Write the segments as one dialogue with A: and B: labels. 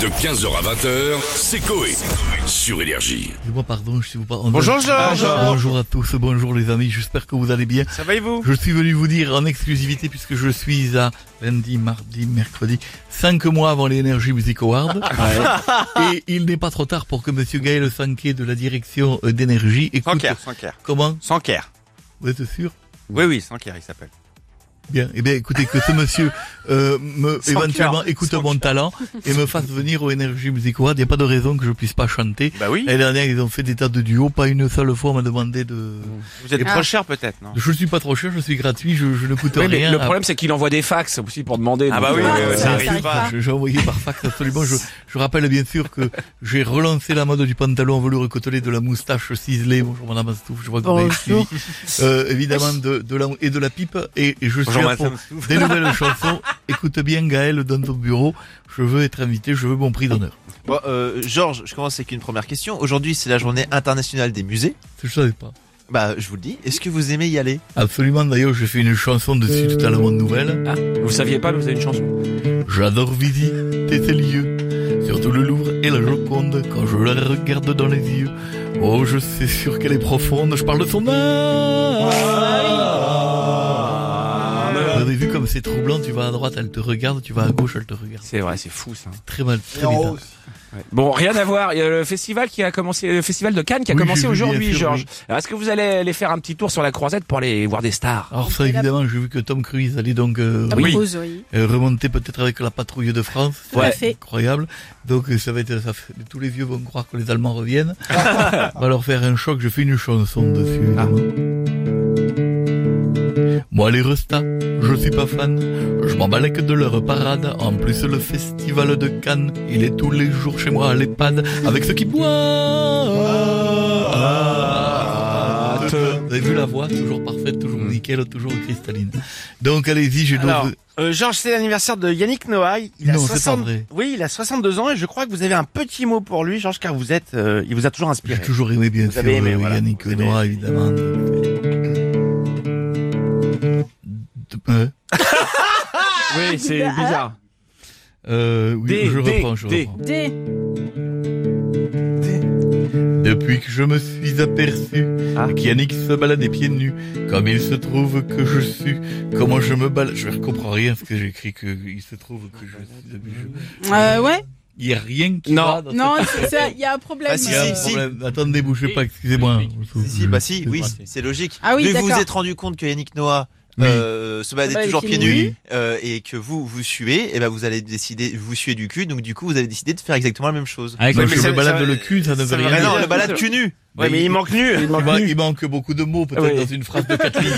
A: De 15h à 20h, c'est Coé. Sur Énergie.
B: Excusez-moi, pardon, je suis vous par- en-
C: Bonjour, Georges.
B: Bonjour à tous, bonjour les amis, j'espère que vous allez bien.
C: Ça va et vous
B: Je suis venu vous dire en exclusivité, puisque je suis à lundi, mardi, mercredi, cinq mois avant les Energy Music Awards. Et il n'est pas trop tard pour que monsieur Gaël Sanquet de la direction euh, d'énergie écoute.
C: Sanker, Sanker.
B: Comment
C: Sanker.
B: Vous êtes sûr
C: Oui, oui, Sanker, il s'appelle.
B: Bien, eh bien écoutez, que ce monsieur euh, me,
C: Sans
B: éventuellement
C: cœur,
B: écoute
C: sans
B: mon
C: cœur.
B: talent et me fasse venir au Energy Music Awards. Il n'y a pas de raison que je puisse pas chanter.
C: Bah oui.
B: L'année dernière, ils ont fait des tas de duos. Pas une seule fois, on m'a demandé de...
C: Vous êtes
B: Ah.
C: trop cher peut-être, non
B: Je ne suis pas trop cher, je suis gratuit, je, je ne coûte
D: Oui, mais
B: rien.
D: le problème, c'est qu'il envoie des fax aussi pour demander.
C: Ah
D: donc,
C: bah oui,
D: euh,
C: oui, oui,
B: ça
C: ça arrive
E: arrive
C: pas.
B: Je- J'ai envoyé par fax absolument. Je, je rappelle bien sûr que j'ai relancé la mode du pantalon en velours côtelé, de la moustache ciselée. Bonjour Madame Astouf, je vois que vous avez suivi.
E: Bonjour.
B: Euh, évidemment de, de la, et de la pipe. Et, et je suis
C: Bonjour
B: là pour
C: Madame Souf.
B: des nouvelles chansons. Écoute bien Gaël dans ton bureau. Je veux être invité, je veux mon prix d'honneur.
F: Bon, euh, Georges, je commence avec une première question. Aujourd'hui, c'est la journée internationale des musées.
B: Je savais pas.
F: Bah, je vous le dis, est-ce que vous aimez y aller
B: Absolument, d'ailleurs, j'ai fait une chanson dessus totalement nouvelle.
D: Ah, vous saviez pas, mais vous avez une chanson.
B: J'adore visiter ces lieux, surtout le Louvre et la Joconde, quand je la regarde dans les yeux. Oh, je sais sûr qu'elle est profonde, je parle de son âme. Vous avez vu comme c'est troublant, tu vas à droite, elle te regarde, tu vas à gauche, elle te regarde.
D: C'est vrai, c'est fou ça.
B: Très mal, très bizarre.
D: Ouais. Bon, rien à voir. Il y a le festival qui a commencé, le festival de Cannes qui a
B: Oui, j'ai
D: commencé
B: vu, bien
D: aujourd'hui,
B: sûr,
D: Georges. Alors, Est-ce que vous allez aller faire un petit tour sur la croisette pour aller voir des stars
B: Alors ça, évidemment, j'ai vu que Tom Cruise allait donc euh,
E: Tom
D: Oui.
E: Cruise, oui.
B: euh, remonter peut-être avec la patrouille de France.
E: Tout à fait.
B: Incroyable. Donc euh, ça va être, ça fait- tous les vieux vont croire que les Allemands reviennent. On va leur faire un choc. Je fais une chanson dessus. évidemment. Moi les restas, je suis pas fan. Je m'en balais que de leur parade. En plus le festival de Cannes, il est tous les jours chez moi à l'EHPAD avec ceux qui boivent. Vous avez vu la voix toujours parfaite, toujours nickel, toujours cristalline. Donc allez-y, j'ai
C: Alors,
B: d'autres.
C: euh, Georges, c'est l'anniversaire de Yannick Noah. Il a
B: Non, c'est
C: 60...
B: pas vrai.
C: Oui, il a 62 ans et je crois que vous avez un petit mot pour lui, Georges, car vous êtes, euh, il vous a toujours
B: J'ai
C: inspiré.
B: toujours aimé, bien
C: Vous
B: sûr,
C: avez aimé,
B: euh,
C: voilà.
B: Yannick
C: Vous avez
B: Noah, évidemment. Euh,
D: Oui, c'est
B: Ah,
D: bizarre.
B: euh, oui,
D: Des,
B: je
D: des,
B: reprends, je
D: des.
B: reprends.
E: D.
B: Depuis que je me suis aperçu
D: Ah.
B: qu'Yannick se baladait pieds nus, comme il se trouve que je suis, comment je me balade, je ne comprends rien parce que j'écris que il se trouve que je suis,
E: Euh, ouais.
B: il n'y a rien qui
D: Non.
B: va dans
E: Non, c'est ça, il y a un problème. euh,
F: Ah, si,
B: Il y a
F: si,
B: un
F: si.
B: problème. Attendez, bougez pas, excusez-moi.
F: Si,
B: Mhm.
F: si, bah si, oui, c'est logique.
E: Ah oui,
F: Mais vous vous
E: d'accord.
F: êtes rendu compte que Yannick Noah
B: Oui.
F: euh, se baladait
E: Bah,
F: toujours
E: pieds
F: pieds
E: nus.
F: nus euh, et que vous vous suez, et ben vous allez décider, vous suez du cul, donc du coup vous avez décidé de faire exactement la même chose.
B: Avec
C: Oui,
B: le
C: mais ça-
B: me balade
C: ça-
B: le cul, ça ne veut
C: ça
B: rien
C: veut
B: dire.
F: Mais
C: rien
F: non,
C: dire.
F: le balade cul nu.
C: Ouais, mais il manque nu. Il
B: Il
C: manque
B: manque,
C: nu.
B: il manque beaucoup de mots peut-être
D: Oui.
B: dans une phrase de quatre lignes.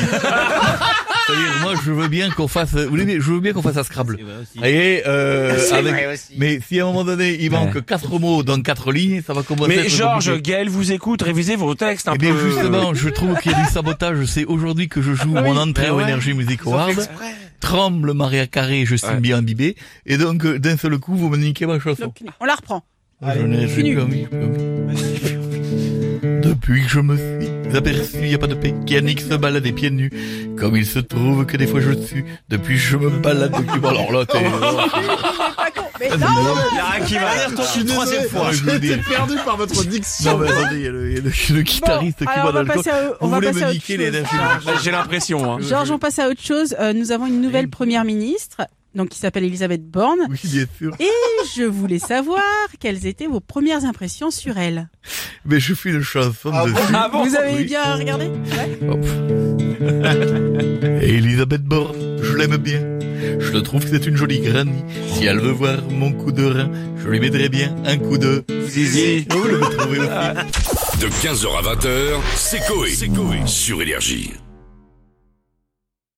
B: C'est-à-dire, moi, je veux bien qu'on fasse, vous voulez bien- je veux bien qu'on fasse à Scrabble. Et euh,
C: C'est
B: avec-
C: vrai aussi.
B: mais si à un moment donné il manque quatre mots dans quatre lignes, ça va commencer. à
D: Mais
B: être
D: Georges,
B: compliqué.
D: Gaël vous écoute, révisez vos textes un
B: Eh
D: peu.
B: bien
C: euh,
B: justement, je trouve qu'il y a du sabotage. C'est aujourd'hui que je joue mon entrée
C: bah
B: au
C: ouais.
B: Energy Music
C: Ils ont fait
B: Awards.
C: exprès.
B: Tremble Maria Carré, je suis
D: Ouais.
B: bien imbibé. Et donc euh, d'un seul coup, vous me niquez ma chanson.
E: Donc, on la reprend.
B: Je n'ai- j'ai plus envie, j'ai plus envie. Depuis que je me suis aperçu, y a pas de paix, qu'Yannick se balade des pieds nus. Comme il se trouve que des fois je suis, depuis je me balade de cul. Alors là, t'es... Ah
E: C'est pas con. Mais non,
C: Il y a rien qui va.
F: Troisième fois.
B: J'ai été perdu par votre diction. Ah, Non, mais attendez, il y a le, il y a le- le guitariste
E: Bon,
B: qui
E: alors,
B: boit
E: on
B: de
E: va
B: l'alcool.
E: passer à, on
B: Vous
E: va
B: voulez
E: passer à
B: me
E: autre
B: niquer les
E: chose. Ah.
B: énergies
D: J'ai l'impression. Hein.
E: Georges, on passe à autre chose. Euh, nous avons une nouvelle première ministre, donc qui s'appelle Elisabeth Borne.
B: Oui, bien sûr.
E: Je voulais savoir quelles étaient vos premières impressions sur elle.
B: Mais je fais une chanson de...
D: Ah bon
E: Vous avez
B: oui.
E: bien regardé ouais.
B: Hop. Elisabeth Borne, je l'aime bien. Je trouve que c'est une jolie granny. Si elle veut voir mon coup de rein, je lui mettrai bien un coup de...
D: Zizi.
B: Vous le trouvez aussi.
A: De 15h à 20h, c'est Coé. Sur Énergie.